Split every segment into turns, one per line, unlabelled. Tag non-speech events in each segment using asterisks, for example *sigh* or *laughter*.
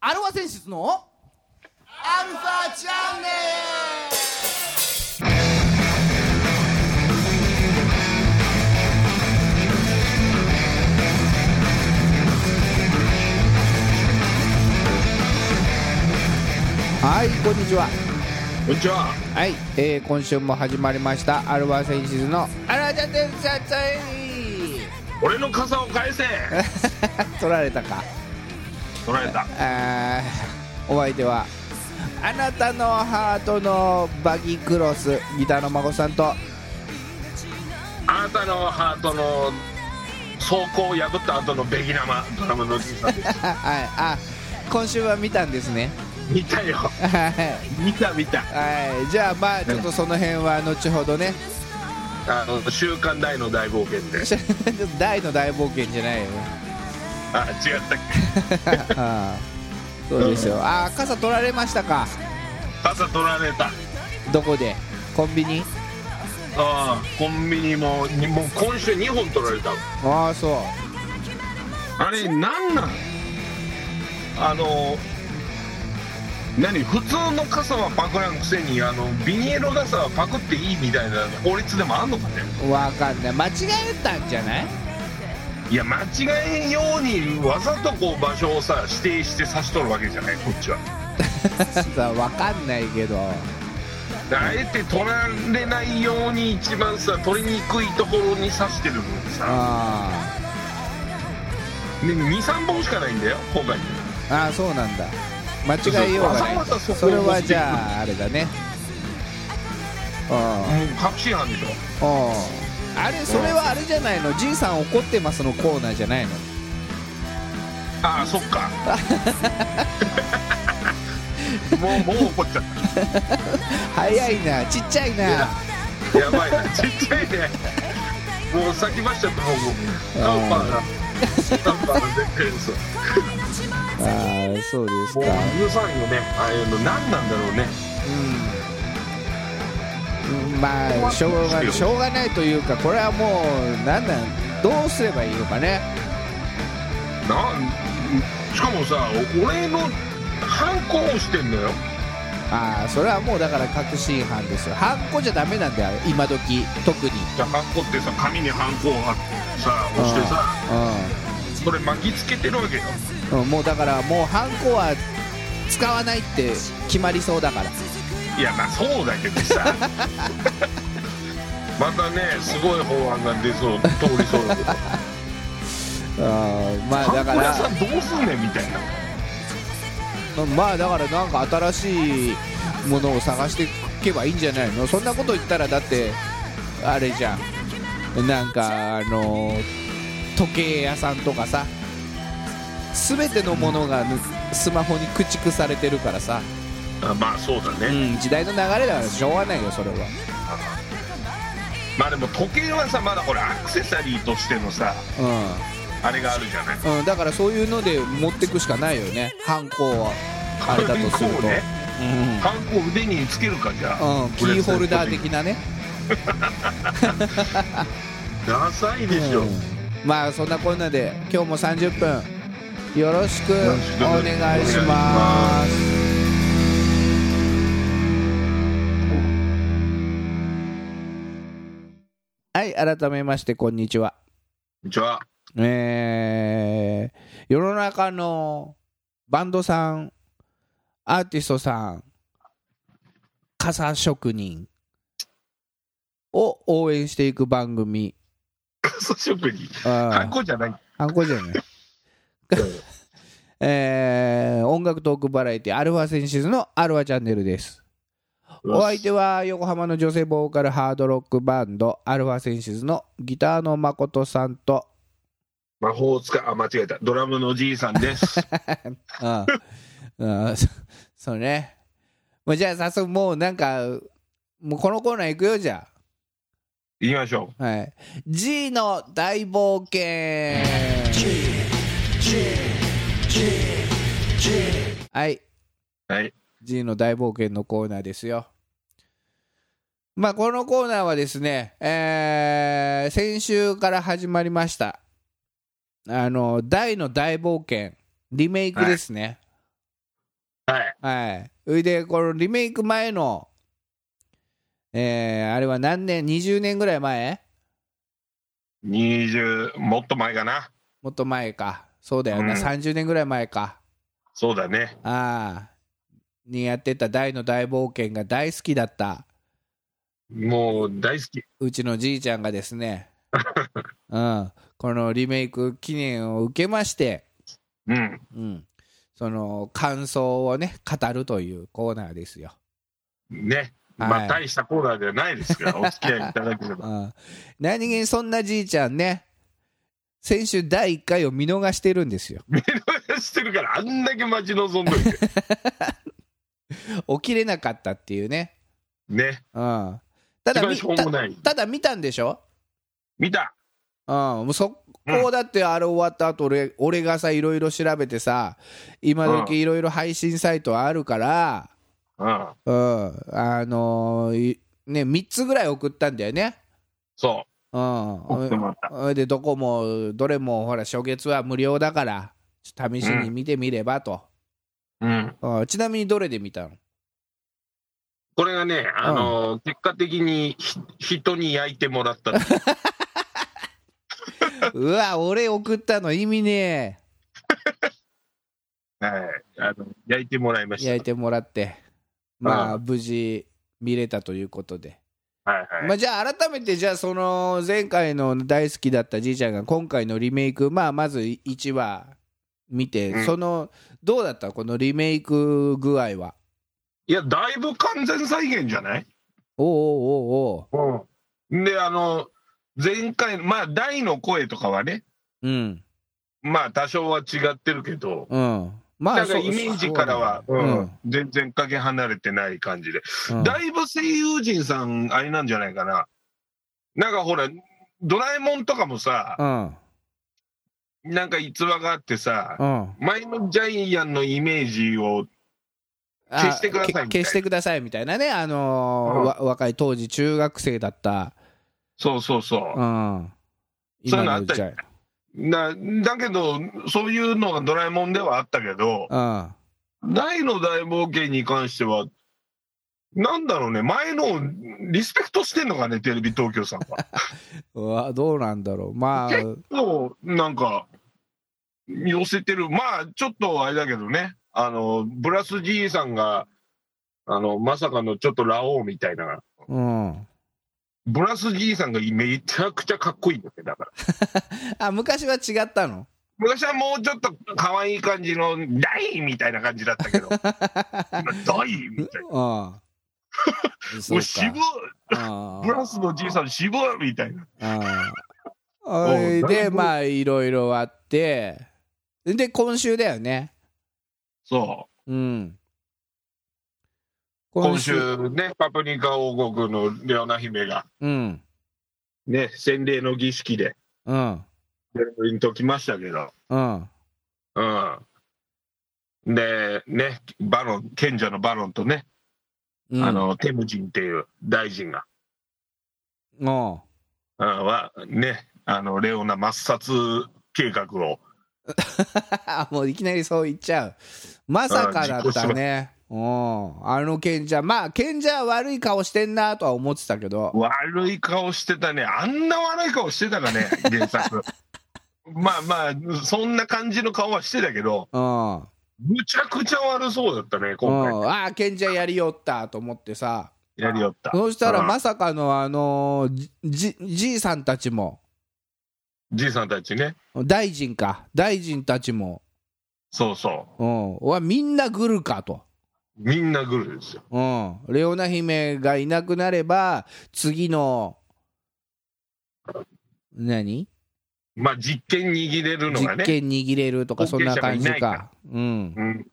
アルファ選出のアルファチャンネルはいこんにちは
こんにちは。
はい、えー今週も始まりましたアルファ選出のアラジャテンサツイ
俺の傘を返せ。
*laughs* 取られたか
取られた。
あーお相手はあなたのハートのバギークロスギターの孫さんと *laughs*
あなたのハートの走行を破った後のベギナマドラムのじいさんです。
あはいあ今週は見たんですね *laughs*
見たよ。
はい
見た見た。
はいじゃあまあちょっとその辺は後ほどね *laughs*
あの週刊大の大冒険で。
大の大冒険じゃないよ
あ、違ったっけ。
*laughs* あーそうですよあー傘取られましたか
傘取られた。
どこでコンビニ
ああ、コンビニもにもう今週2本取られた。
ああそう
あれなんなん。あの。何普通の傘はパクらんくせにあのビニール傘はパクっていいみたいな法律でもあんのかね
わかんない間違えたんじゃない *laughs*
いや間違えんようにわざとこう場所をさ指定して差しとるわけじゃないこっちは
さあわかんないけど
であえて取られないように一番さ取りにくいところに差してるのにさ
ああ
23本しかないんだよ今回
ああそうなんだ間違えようがない
わざわざそこ
それはじゃああれだねあ
もう確信犯でしょ
ああああれそれはあれじゃないのじいさん怒ってますのコーナーじゃないの
ああそっ
*laughs*
かもうもう怒っちゃっ
早いなちっちゃいな
たやばいなちっちゃいねもう先走っちゃったもうカンパーがカンパーが出てるんですよ
ああそうです
もう
か
許さんよねああいうの何なんだろうね
うんうんまあしょうがしょうがないというかこれはもうなんなんどうすればいいのかね
なんしかもさ俺の反抗をしてんだよ
ああそれはもうだから確信犯ですよハンコじゃダメなんだよ今時特に
じゃあ反抗ってさ紙に反抗がさ
うん
押してさ
うん
それ巻きつけてるわけよ
うん、もうだからもうハンコは使わないって決まりそうだから
いやまあそうだけどさ *laughs* またねすごい法案が出そう通りそ
*laughs*
うだけど
あーまあ
反
だか
抗屋さ
ら
んどうすんねんみたいな
まあだからなんか新しいものを探していけばいいんじゃないのそんなこと言ったらだってあれじゃんなんかあの時計屋さんとかさ全てのものがぬスマホに駆逐されてるからさ、
あまあそうだ
う
ね、
ん、時代の流れだからしょうがないよそれは
まあでも時計はさまだこれアクセサリーとしてのさ
うん
あれがあるじゃない
うん、だからそういうので持ってくしかないよね犯行はあれだとする
反
と、
抗ね反抗腕につけるかじゃ
うん
あ、
うん、キーホルダー的なね、
ダサいでしょ、
うんまあそんなこんなで今日も30分よろしくお願いし
お願いし
ま
ます
はい改めましてこんにちは
じゃあ
えー世の中のバンドさんアーティストさん傘職人を応援していく番組
傘職人ハ
あ
ンコじゃない
あんこじゃない *laughs* えー音楽トークバラエティアルファセンシズのアルファチャンネルですお相手は横浜の女性ボーカルハードロックバンドアルファセンシズのギターの誠さんと
魔法使いあ間違えたドラムのじいさんです
*laughs* うん、うん、 *laughs* そそうね。もうじゃあ早速もうなんか、もうこのコーナー行くよじゃ
行きましょ
あ。はい。G の大冒険はい。
うはい
G の大冒険のコーナーですよ。まあこのコーナーはですね、えー先週から始まりました。あの、大の大冒険、リメイクですね。
はい。
はい。それで、このリメイク前の、えーあれは何年、20年ぐらい前
20、もっと前かな。
もっと前か。そうだよな、
うん
30年ぐらい前か。
そうだね。
ああ。にやってた大の大冒険が大好きだった、
もう大好き。
うちのじいちゃんがです
*laughs*
ね、うん、このリメイク記念を受けまして、
うん。
うん、その感想をね、語るというコーナーですよ。
ね。ま
はい
あ、大したコーナーではないで
*laughs*
すから、お付き合いいただければ。
うん何気にそんなじいちゃんね、先週第1回を見逃してるんですよ。
見逃してるから、あんだけ待ち望んど
*laughs*
いて。
起きれなかったっていうね。
ね。
うん、た
一
だ
番
見
しょうも
た、
ない。
ただ見たんでしょ、
見た。
うん、もうそこだってあれ終わった後俺俺がさ、いろいろ調べてさ、今時いろいろ配信サイトあるから、
うん。
うん、あのーいね、3つぐらい送ったんだよね。
そうう。送って
ん、
もらった。
それでどこもどれもほら初月は無料だからちょっと試しに見てみればと、
うん。
うんちなみにどれで見たの
これがね、あのー結果的にひ人に焼いてもらった。
*laughs* うわ俺送ったの意味ね
はい、あの焼いてもらいま
え
した。
焼いてもらってまあ
う
無事見れたということで、
はいはい
まあ、じゃあ改めてじゃあその前回の大好きだったじいちゃんが今回のリメイク、まあ、まず1話見て、
うん
そのどうだったこのリメイク具合は。
いや、だいぶ完全再現じゃない
おうおうおうおう
うん。で、あの、前回、まあ、大の声とかはね、
うん
まあ、多少は違ってるけど、
うんまあ
なんか
そう
イメージからは、
そう
う
だね
ん全然かけ離れてない感じで、
うん
だいぶ声優陣さん、あれなんじゃないかな。なんかほら、ドラえもんとかもさ
う、ん
なんか逸話があってさ
う、ん
前のジャイアンのイメージを、消してくださいみたいな
あけ消してくださいみたいなね、あのー
うん
わ若い当時中学生だった、
そうそうそう。
うん、
そういうのあった
時代
なだけど、そういうのがドラえもんではあったけど、
うん
大の大冒険に関しては、なんだろうね、前のをリスペクトしてんのかね、テレビ東京さんは。
うわどうなんだろうまあ
結構、なんか、寄せてる、まあ、ちょっとあれだけどね、あのブラス G さんが、あのまさかのちょっとラオウみたいな、
うん
ブラス G さんがめちゃくちゃかっこいいんだよね、だから。
あ昔は違ったの *laughs*
昔はもうちょっと可愛い感じの、大みたいな感じだったけど、今大み
*laughs*
*laughs* たいな。
うん
もう渋い
あ
ブラスのじいさん渋いみたいな。
あ
う
ー
ん
でまあいろいろあってで今週だよね
そ
うん
う。今週ね、パプニカ王国のレオナ姫が、
うん
ね、洗礼の儀式で、
うん
ベルリンと来ましたけど、
うん
うん。で、ね、バロン、賢者のバロンとね、
うん
あの、テムジンっていう大臣が、
うん
うん、は、ね、あの、レオナ抹殺計画を、
あ *laughs* もういきなりそう言っちゃう。まさかだったね。うん、あの賢者、まあ賢者は悪い顔してんなとは思ってたけど、
悪い顔してたね。あんな悪い顔してたかね、原作。 *laughs* まあまあ、そんな感じの顔はしてたけど、
うん、うん、
むちゃくちゃ悪そうだったね、今回。
ああ、賢者やりよったと思ってさ、
やりよった。
そしたら
うん
まさかの、あのーじじじいさんたちも、
じいさんたちね。
大臣か、大臣たちも、
そうそ
うん、わみんなグルかと。
う。みんなグルですよ。
うん、レオナ姫がいなくなれば次の何
まあ、実験握れるのが
実
ね、
験握れるとかそんな感じ
後継者が
か
いないか。
うん。
うん。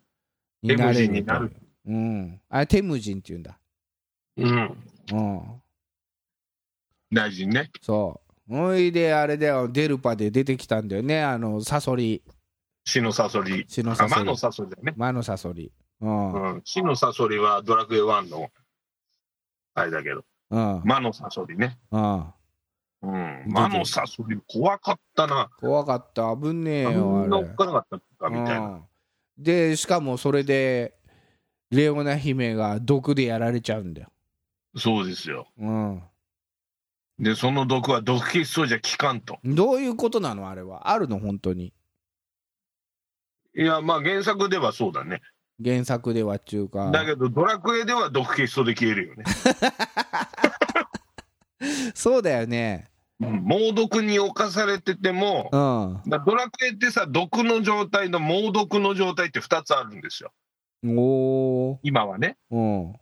になれ
テムジンになる
うん。あれ、テムジンって言うんだ。
うん。
うん。
大臣ね。
そう。ほいで、あれだよ、デルパで出てきたんだよね。あの、サソリ。
死のサソリ。
死の
あ、
サソ
魔の
リ。
サソリだよね。
魔のサソリ。うん。うん。
うん。死のサソリはドラクエ1の、あれだけど、
うん。
魔のサソリね。うん。
出てる
魔のサソリ、怖かったな。
怖かった。危ね
あ
え
ん
よ、あ
なお
れ
っ。かなかったか、みたいな。
うんで、しかもそれで、レオナ姫が毒でやられちゃうんだよ。
そうですよ
うん。
でその毒は毒消しそうじゃ効かんと
どういうことなのあれは。あるの本当に。
いやまあ原作ではそうだね
原作ではっちゅうか。
だけどドラクエでは毒消しそうで消えるよね、
そうだよね。
うん猛毒に侵されてても
うん。
だドラクエってさ毒の状態の猛毒の状態って2つあるんですよ
おー。
今はね
うん。 *laughs*
うん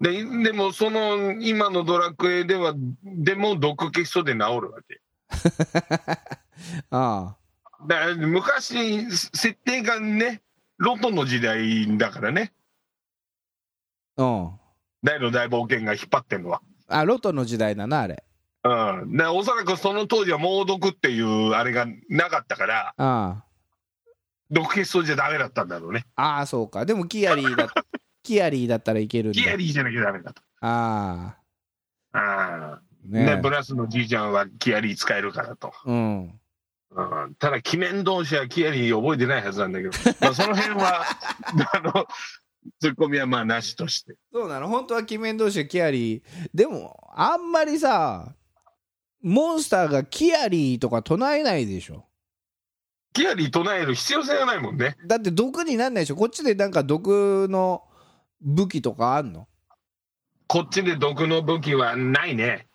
でいでもその今のドラクエではでも毒消しそうで治るわけ
ああ。
だから昔設定がねロトの時代だからね
うん。
大の大冒険が引っ張ってるのは
あ、ロトの時代だな、あれ。
うん、でおそらくその当時は猛毒っていうあれがなかったから
あ
毒消しそうじゃダメだったんだろうね
あ。ああ、そうか。でもキアリーだ、
*laughs*
キアリーだったらいけるんだ。
ギアリーじゃなきゃダメだと
ああ。
あー、
ね
ね、ブラスのじいちゃんはギアリー使えるからと、
うん。
うん、ただ鬼面同士はギアリー覚えてないはずなんだけど、まあ、その辺は *laughs* あのツッコミはまあなしとして
そうなの本当は鬼面同士キアリー。でも、あんまりさ、モンスターがキアリーとか唱えないでしょ。
ギアリー唱える必要性がないもんね
だって毒になんないでしょ。こっちでなんか毒の武器とかあんの
こっちで毒の武器はないね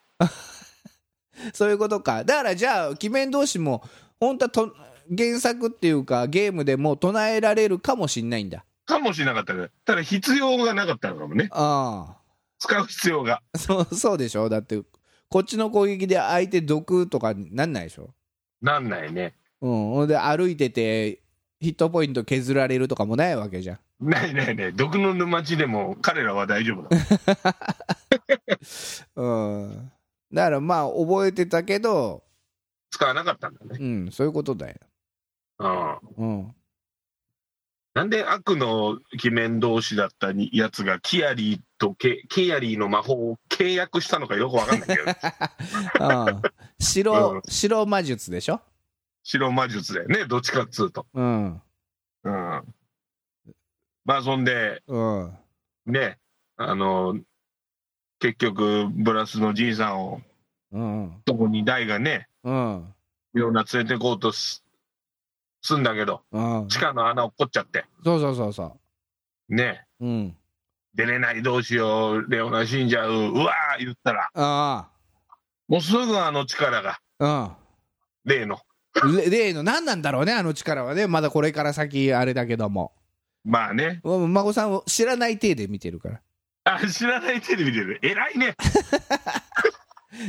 *laughs* そういうことか。だからじゃあ、鬼面同士も、本当はと原作っていうか、ゲームでも唱えられるかもしんないんだ。
かもしれなかったねただ必要がなかったのかもね
あ
使う必要が
あ。 *laughs* そう、そうでしょだって、こっちの攻撃で相手毒とかになんないでしょ
なんないね
うん。ほんで、歩いてて、ヒットポイント削られるとかもないわけじゃん。
ないないない、毒の沼地でも彼らは大丈夫だ。
うん。だからまあ、覚えてたけど、
使わなかったんだね。
うん、そういうことだよ。
うん、
うん。
なんで悪の鬼面同士だったやつがキアリーとケケアリーの魔法を契約したのかよくわかんないけど、 *laughs*
うん。
う
白
ん、
白魔術でしょ
白魔術だよね、どっちかっつうと。
うん。
うん、まあそんで、
うん。
ね、あの、結局、ブラスのじいさんを、
うん。
とこにダイがね、
うん。
いろんな連れてこうとすすんだけど、
うん。
地下の穴を掘っちゃって、
そうそうそうそ
ね。
う。うん。
出れないどうしようレオナ死んじゃううわー言ったら
あ
もうすぐあの力が
あ。
例の
うん。れ例の何なんだろうね、あの力はね。まだこれから先あれだけども。
まあね
うん孫さんを知らない体で見てるから。
あ知らないテレビでね偉いね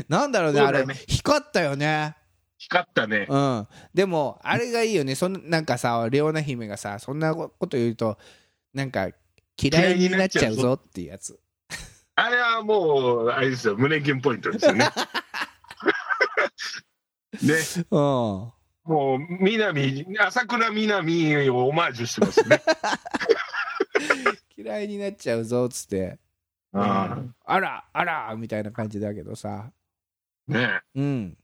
なんだろうね、
そ
あ
うだ
れ
よね。
光ったよね。
光ったね
うん。でも、あれがいいよね。そんなんかさ、レオナ姫がさ、そんなこと言うと、なんか、嫌いになっちゃうぞっていうやつ。
あれはもうあれですよ胸キュンポイントですよ
*laughs*
ねね
うん。
もう南朝倉南をオマージュしてますね、
嫌いになっちゃうぞっつって。
うん、
あら、あら、みたいな感じだけどさ。
ね
うん。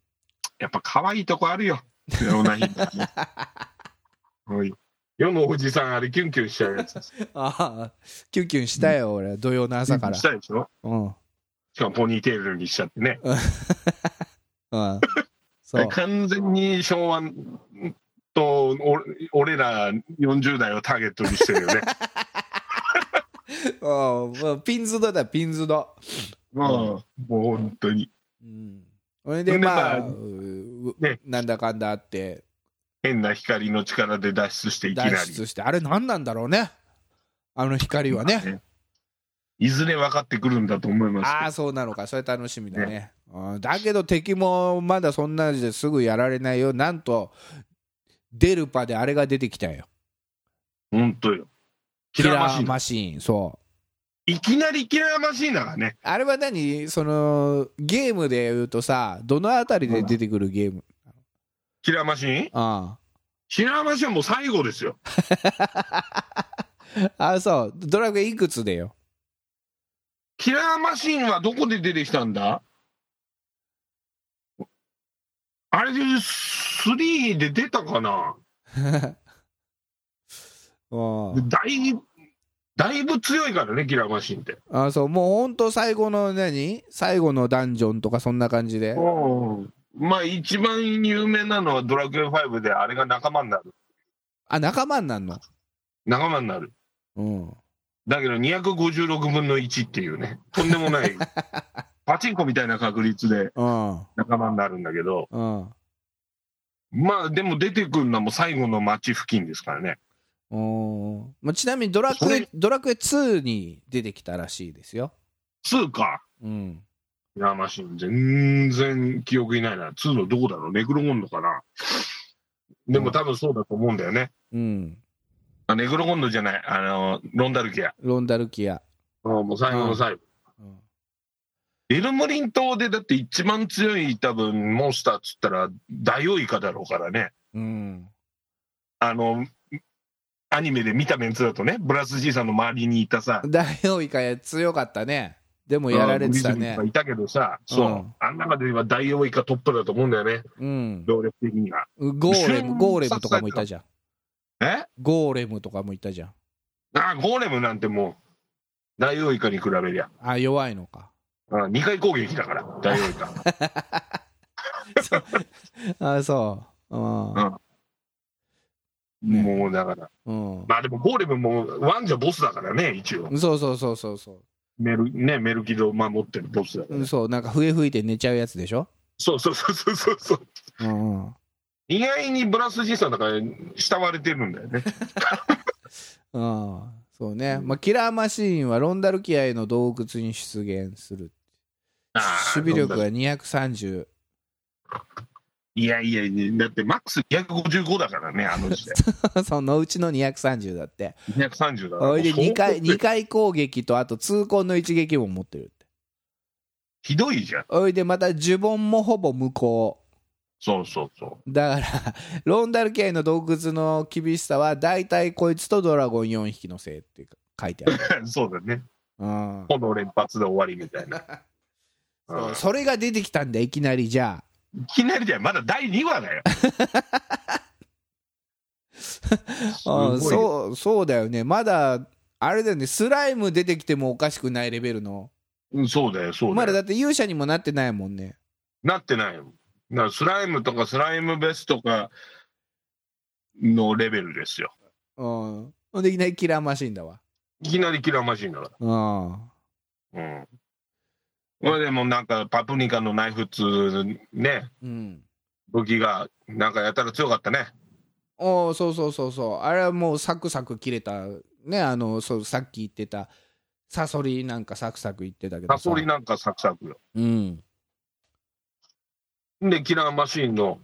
やっぱ可愛いとこあるよレオナ姫はねはい世のおじさんあれキュンキュンしちゃうやつです
ああ、キュンキュンしたよ、俺。土曜の朝から
し。たでしょ
うん。
しかもポニーテールにしちゃってね
うん。そう。
完全に昭和とお俺ら40代をターゲットにしてるよね。
うんもうピンズドだ、ピンズド。
うん、もう本当に
うん。それで、
で
まあ、
まあ
う
ね
なんだかんだあって、
変な光の力で脱出していきなり
脱出して、あれ何なんだろうね。あの光はね。
いずれ分かってくるんだと思い
あ
ま
あ、そうなのか。それ楽しみだね。うんだけど敵もまだそんなですぐやられないよ。なんと、デルパであれが出てきたよ。
す本当よキラーマシン
マシーン。そう。
いきなりキラーマシンだからね
あれは何そのゲームで言うとさどのあたりで出てくるゲーム
キラーマシン
あ
キラーマシンはもう最後ですよ
ああそうドラクエいくつでよ
キラーマシンはどこで出てきたんだあれで3で出たかな
うん
でだいだいぶ強いからねキラーマシンって
あそうもうほんと最後の何最後のダンジョンとかそんな感じで
まあ一番有名なのは「ドラクエ5」であれが仲間になる
あ仲間になんの
仲間になる
うん
だけど256分の1っていうねとんでもない *laughs* パチンコみたいな確率で
うん
仲間になるんだけど
うん
まあでも出てくるのはもう最後の街付近ですからね
うんまあ、ちなみにドラク
そ
エ
れ
ドラクエ2に出てきたらしいですよ。
2か
うん、
キラーマシン全然記憶にないな2のどこだろうネクロゴンドかなでも多分そうだと思うんだよね
うん、
あネクロゴンドじゃないあのロンダルキア
ロンダルキア。
うんもう最後の最後
うん
エルムリン島でだって一番強い多分モンスターっつったらダイオウイカだろうからね
うん
あのアニメで見たメンツだとねブラス爺さんの周りにいたさ
ダイオウイカや強かったね。でもやられてた
うんグリズ
ね
リーとか。いたけどさそ
う
う、
ん
あん中ではダイオウイカトップだと思うんだよね
うん、
能力的には
ゴーレ
後ろ
ム
に
ゴーレムとかもいたじゃん。
え
ゴーレムとかもいたじゃん。
あゴーレムなんてもうダイオウイカに比べりゃ
あ弱いのか。
2回攻撃だからダイオウイカ
あそう。うん *laughs* ね
もうだから
うん
まあでもゴーレムもワンじゃボスだからね一応
そうそうそうそうそ
メル,、ね、メルキドを守ってるボスだか
う
ら、
うん。そうなんか笛吹いて寝ちゃうやつでしょ。
そうそうそうそうそうそう
うんうん
意外にブラス爺さんだから慕われてるんだよね。
ああそうね、まあ、キラーマシーンはロンダルキアへの洞窟に出現する *laughs* 守備力が230
いやいやいや、だってマックス255だからね、あの時代。
*laughs* そのうちの230だって
230だから。
それで
もう
2回
相当
二回攻撃とあと痛恨の一撃も持ってるって
ひどいじゃん。
おいでまた呪文もほぼ無効
そうそうそ
だから *laughs* ロンダルキアへの洞窟の厳しさは大体こいつとドラゴン4匹のせいって書いてある、
う。 *laughs* そうだね。
うん、
この連発で終わりみたいな。
そ
う
*laughs*
ん
うそれが出てきたんだいきなりじゃあ
いきなりだよ、まだ第2
*laughs*
話だよ。す
あ
ご
あ
い
そうそうだよねまだあれだよねスライム出てきてもおかしくないレベルの
うんそうだよ、そう
ま
だ
だ
よ。
だって勇者にもなってないもんね
なってないよ。だからスライムとかスライムベスとかのレベルですよ。
うんほんでいきなりキラーマシンだわ
いきなりキラーマシンだから。
うん
うん。まあでもなんかパプニカのナイフっつうね、
うん
武器がなんかやたら強かったね。
おーそうそうそうそうあれはもうサクサク切れたねあのそうさっき言ってたサソリなんかサクサク言ってたけど
サ
さ
ソリなんかサクサクよ。
うん
で、キラーマシーンの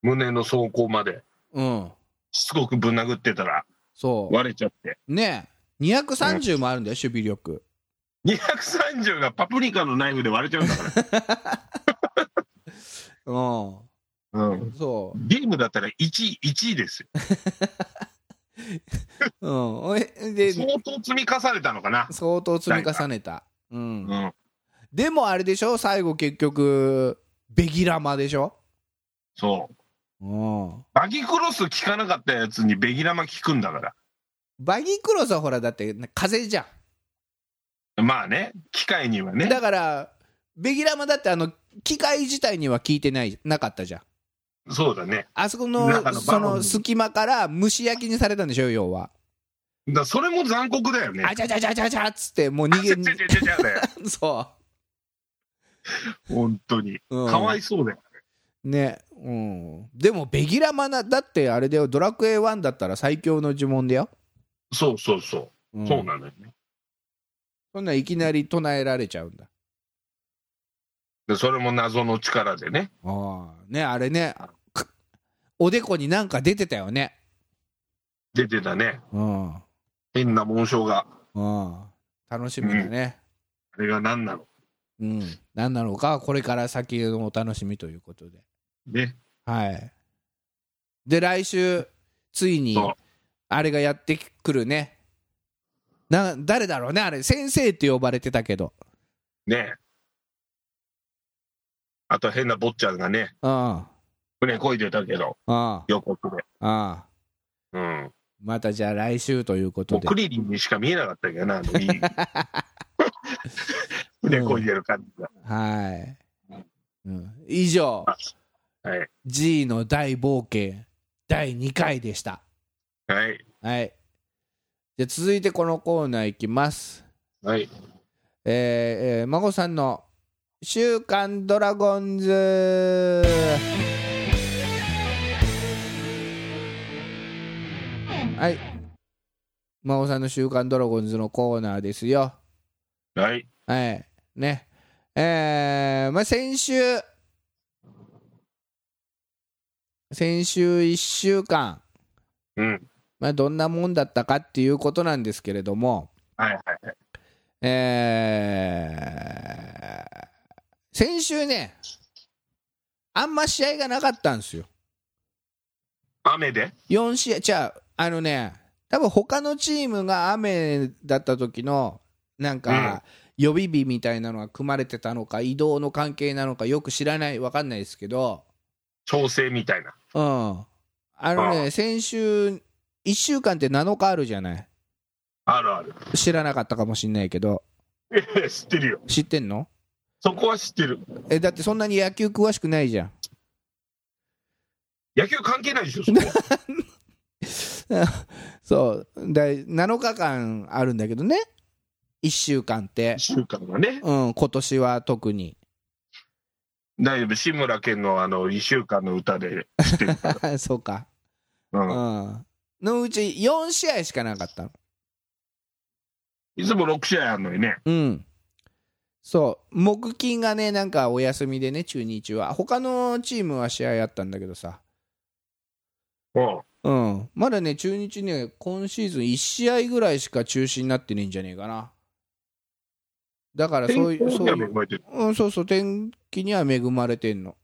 胸の装甲まで
うん
しつこくぶん殴ってたら
そ
割れちゃって。
うねえ230もあるんだよ守備力
230がパプニカのナイフで割れちゃうんだか
うん
ら。 *laughs* うん。
そう
ゲームだったら1位、1位ですよ。
うんおいで
相当積み重ねたのかな。
相当積み重ねた、う
うんん。
でもあれでしょ最後結局ベギラマでしょ
そう。
うん
バギクロス効かなかったやつにベギラマ効くんだか
バギークロスはほらだって風じゃ
ら。まあね、機械には
ん
ね。
だからベギラマだってあの機械自体には効いてないなかったじゃん
そうだね。
あそこの
中の
そ
バロン
の
に
隙間から蒸し焼きにされたんでしょ要は
だからそれも残酷だよね。
あちゃちゃちゃちゃちゃっつってもう逃
*laughs* 違う違う
げ
違う違うだよ
*laughs* そ
本当に。
う、うん、
かわいそうだよ。
ねうんでもベギラマなだってあれだよドラクエ1だったら最強の呪文だよ、
そうそうそうう。
ん
そうなのよね。
そんなんいきなり唱えられちゃうんだ
で、それも謎の力でね。
ああねあれねくおでこになんか出てたよね
出てたね。
うんうん
変な紋章が。
楽しみだね
あれが何なの
うん、ん、何なのかはこれから先のお楽しみということで
ね。
はいで来週ついに
そう
あれがやってくるねな誰だろうねあれ先生って呼ばれてたけど
ねあと変な坊ちゃんがね、
うんうん
船こいでたけど、
あ
予告で。
あ
うん。
またじゃあ来週ということ
もう
で
クリリンにしか見えなかったけどな、
*laughs*
あのいい *laughs* 船こいでる感じが。
はい、うん、以上
はい。
G の大冒険第2回でした
はい。
はいじゃあ続いてこのコーナーいきます
はい。
えーえー孫さんの「週刊ドラゴンズ」はい孫さんの「週刊ドラゴンズ」のコーナーですよ
はい。
はいねえーまあ先週先週1週間、
うん。
まあ、どんなもんだったかっていうことなんですけれども、
はいはいはい。
えー先週ね、あんま試合がなかったんですよ。
雨で
4試合、じゃあ、あのね、多分他のチームが雨だった時の、なんか、予備日みたいなのが組まれてたのか、移動の関係なのか、よく知らない、わかんないですけど、
調整みたいな。
うん。あのね、先週、1週間って7日あるじゃない。
あるある。
知らなかったかもしんないけど、
え知ってるよ。
知ってんの
そこは知ってる。
え、だってそんなに野球詳しくないじゃん。
野球関係ないでし
*laughs*
ょ、そこは。
そうだ7日間あるんだけどね1週間って
1、週間がね。
うん、今年は特に *laughs*
大丈夫。志村けんのあの、1週間の歌で知ってるから。
そうか、
う。
うんん、のうち4試合しかなかったの
いつも6試合あるのにね。
うんそう木金がねなんかお休みでね中日は他のチームは試合あったんだけどさ
うん。
うんまだね中日ね今シーズン1試合ぐらいしか中止になってねえんじゃねえかなだからそういうそういう
覚えてる。
うん、そうそう、天気には恵まれてんの。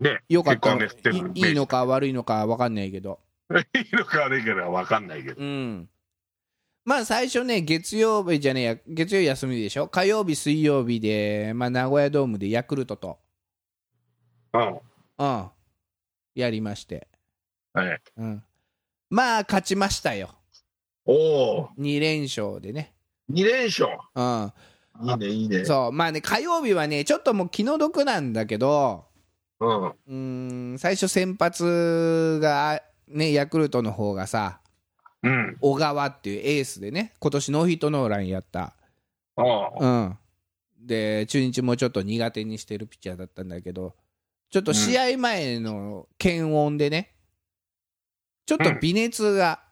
ね。
よかった、
結構ね、
い
*laughs*
いいのか悪いのか分かんないけど。
いいのか悪いかは分かんないけど。
うん。まあ最初ね、月曜日じゃねえや、月曜日休みでしょ火曜日、水曜日で、まあ名古屋ドームでヤクルトと、
うん。
うん、やりまして。
はい。
うん。まあ勝ちましたよ。
おお
2連勝でね。
2連勝。
うん。
いいね、いいね。
そう、まあね、火曜日はね、ちょっともう気の毒なんだけど、
うん。
うーん最初先発がねヤクルトの方がさ
うん。
小川っていうエースでね今年ノーヒットノーランやった
ああ。
うんで中日もちょっと苦手にしてるピッチャーだったんだけどちょっと試合前の検温でねちょっと微熱が、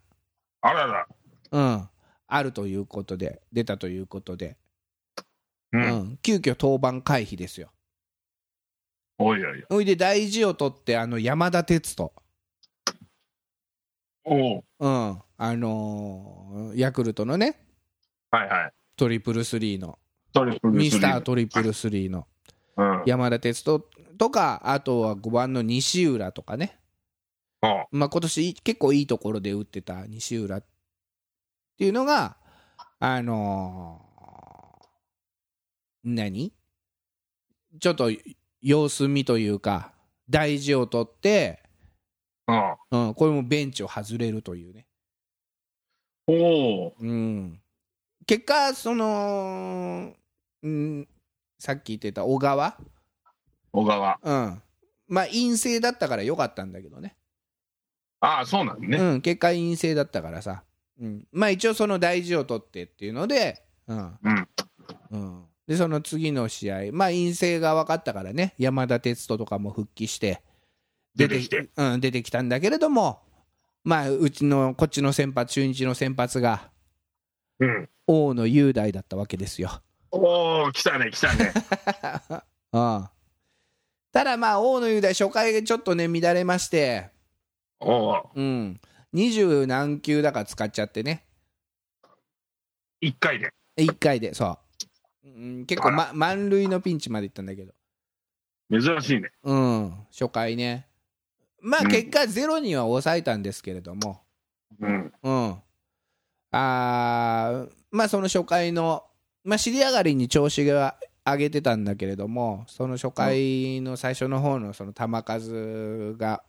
あらら。
うん、あるということで出たということで、う
う。
んん、急遽登板回避ですよ
おいおい。
おいで大事を取ってあの山田哲人
おお。
うん、あのーヤクルトのね、
はいはい。
トリプルスリーの、
トリプルスリー
ミスタートリプルスリーの
うん。
山田哲人とか、あとは5番の西浦とかね、
うん
まあ今年い結構いいところで打ってた西浦っていうのが、あのー何ちょっと様子見というか、大事を取って、
うん。
うん、これもベンチを外れるというね。
おお。
うん、結果その、うん、さっき言ってた小川、
小川。
うん、まあ陰性だったから良かったんだけどね
ああ、そうなんね。
うん、結果陰性だったからさ、うん、まあ一応その大事を取ってっていうので,、うん
うん。
うん、でその次の試合まあ陰性が分かったからね山田哲人とかも復帰して
出てきて。
うん、出てきたんだけれどもまあうちのこっちの先発中日の先発が
うん。
大野雄大だったわけですよ。
おお、来たね、来 *laughs* たね。
うんただまあ大野雄大初回ちょっとね乱れまして、
おお。
うん、20何球だから使っちゃってね
一回で。
1回でそう、うん、結構、ま、満塁のピンチまでいったんだけど、
珍しいね。
うん、初回ねまあ
うん
結果ゼロには抑えたんですけれども、
うん。
うん、あーまあその初回の、まあ、尻上がりに調子が上げてたんだけれどもその初回の最初の方のその球数が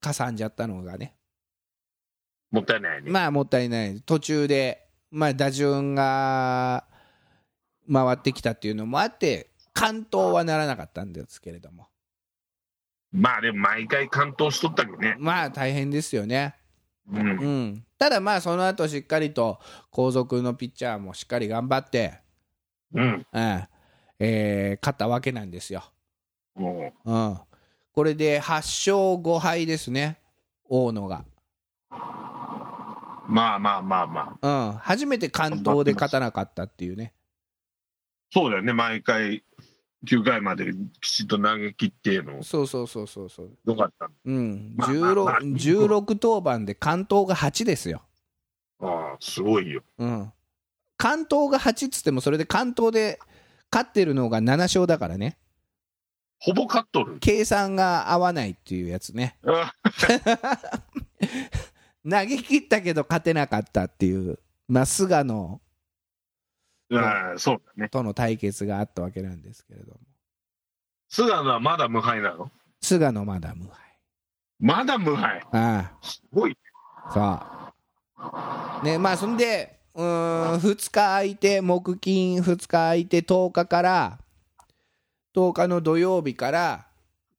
かさんじゃったのがね
もったいないね、
まあもったいない途中で、まあ、打順が回ってきたっていうのもあって完投はならなかったんですけれども
まあでも毎回完投しとったけどね
まあ大変ですよね、
う
うんん、ただまあその後しっかりと後続のピッチャーもしっかり頑張って、
うん
うんえー勝ったわけなんですよ、
も
うん、これで8勝5敗ですね大野が、
うまあまあまあまあ
うん、初めて完投で勝たなかったっていうね
そうだよね毎回9回まできちっと投げ切っての
そうそうそうそうそう
よかった
うん、
まあまあまあ
16, 16登板で関東が8ですよ、
ああすごいよ
うん、関東が8っつってもそれで関東で勝ってるのが7勝だからね
ほぼ勝っとる
計算が合わないっていうやつね
あ
投げ切ったけど勝てなかったっていう、まあ、菅野
あそうだね
との対決があったわけなんですけれども
菅野はまだ無敗なの
菅野まだ無敗
まだ無敗
あ
すごい
あそうねまあそんでうーん2日空いて木金2日空いて10日から10日の土曜日から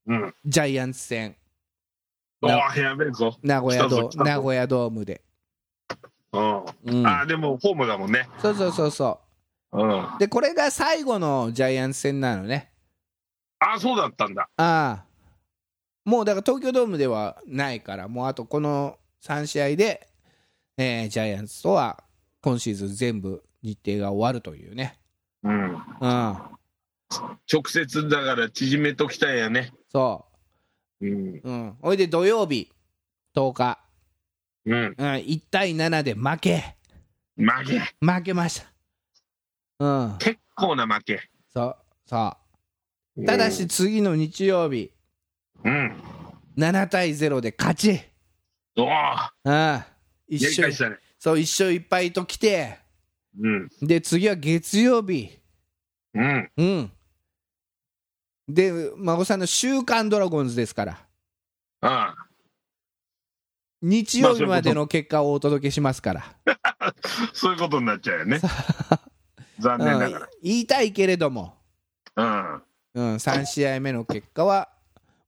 うん
ジャイアンツ戦
おおやべえぞ
名古屋
来たぞ
ド
来たぞ
名古屋ドームで、
うん
うん、
ああでもホームだもんね
そうそうそうそ
うんあ
うでこれが最後のジャイアンツ戦なのね
あそうだったんだ
ああもうだから東京ドームではないからもうあとこの3試合で、えージャイアンツとは今シーズン全部日程が終わるというね
うん
うん
直接だから縮めときたいよね
そ
うん
ううんおいで土曜日10日、
うん
うん、1対7で負け
負け
負けましたうん
結構な負け
そうそうただし次の日曜日
うん
7対0で勝ち
おおや
うん一
り
勝
返したね
そう一勝一敗ときて
うん
で次は月曜日
うん
うんで孫さんの「週刊ドラゴンズ」ですから
あ
日曜日までの結果をお届けしますから、
あそういうことになっちゃうよね残念な
うん
が
言いたいけれども、
らう
う
ん
ん、3試合目の結果は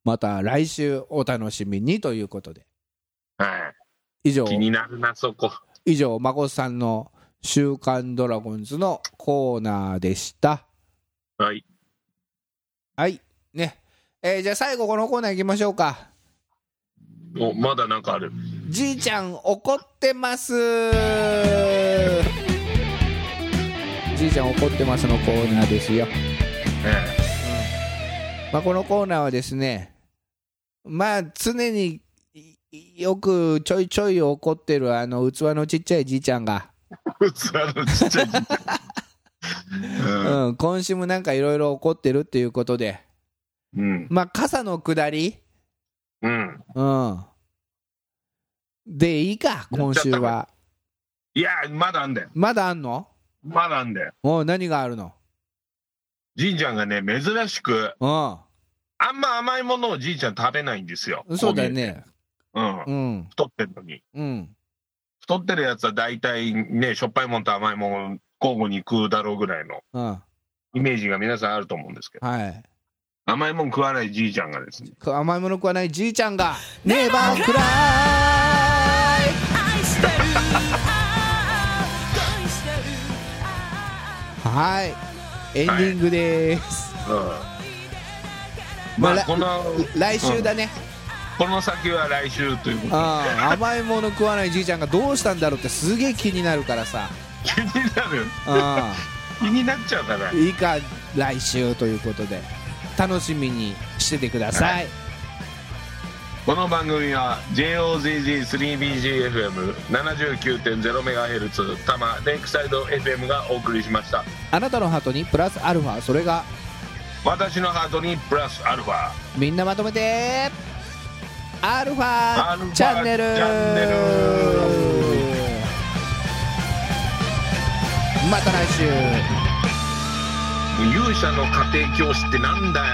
また来週お楽しみにということで
は
以上
い気になるなそこ
以上孫さんの「週刊ドラゴンズ」のコーナーでした
はい
はいねえーじゃあ最後このコーナー行きましょうか
おまだなんかある
じいちゃん怒ってますじいちゃん怒ってますのコーナーですよ、
え
まあ、このコーナーはですねまあ常にいいよくちょいちょい怒ってるあの器のちっちゃいじいちゃんが、
え *laughs* 器のちっちゃい時うん
うん、今週もなんかいろいろ怒ってるっていうことで
うん
まあ傘の下り
うん
うんでいいか今週は
はいやまだあんだよ
まだあんの
まだあんだよ
おう何があるの
じいちゃんがね珍しく
う
あんま甘いものをじいちゃん食べないんですよ
んそうだよね
こう見えてうん
うん
太ってるのに
うん
太ってるやつは大体ねしょっぱいもんと甘いもん交互に食うだろうぐらいの
うん
イメージが皆さんあると思うんですけど
はい
甘いもん食わないじいちゃんがですね
甘いもの食わないじいちゃんが「ネバークライ!
愛してるああ恋してるあ」
はいエンディングです、
ま
ま
あ
あ
この
来週だね、
この先は来週というこ
う
と
ん、甘いもの食わないじいちゃんがどうしたんだろうってすげえ気になるからさ、
気になる
う
気になっちゃうから
ん、いいか来週ということで楽しみにしててください
この番組は JOZZ3BGFM79.0MHz 多摩レイクサイド FM がお送りしました
あなたのハートにプラスアルファそれが
私のハートにプラスアルファ
みんなまとめてアルフ
アルフ
ァ
ァ
チャンネル
チャンネ
また来週
勇者の家庭教師ってなんだよ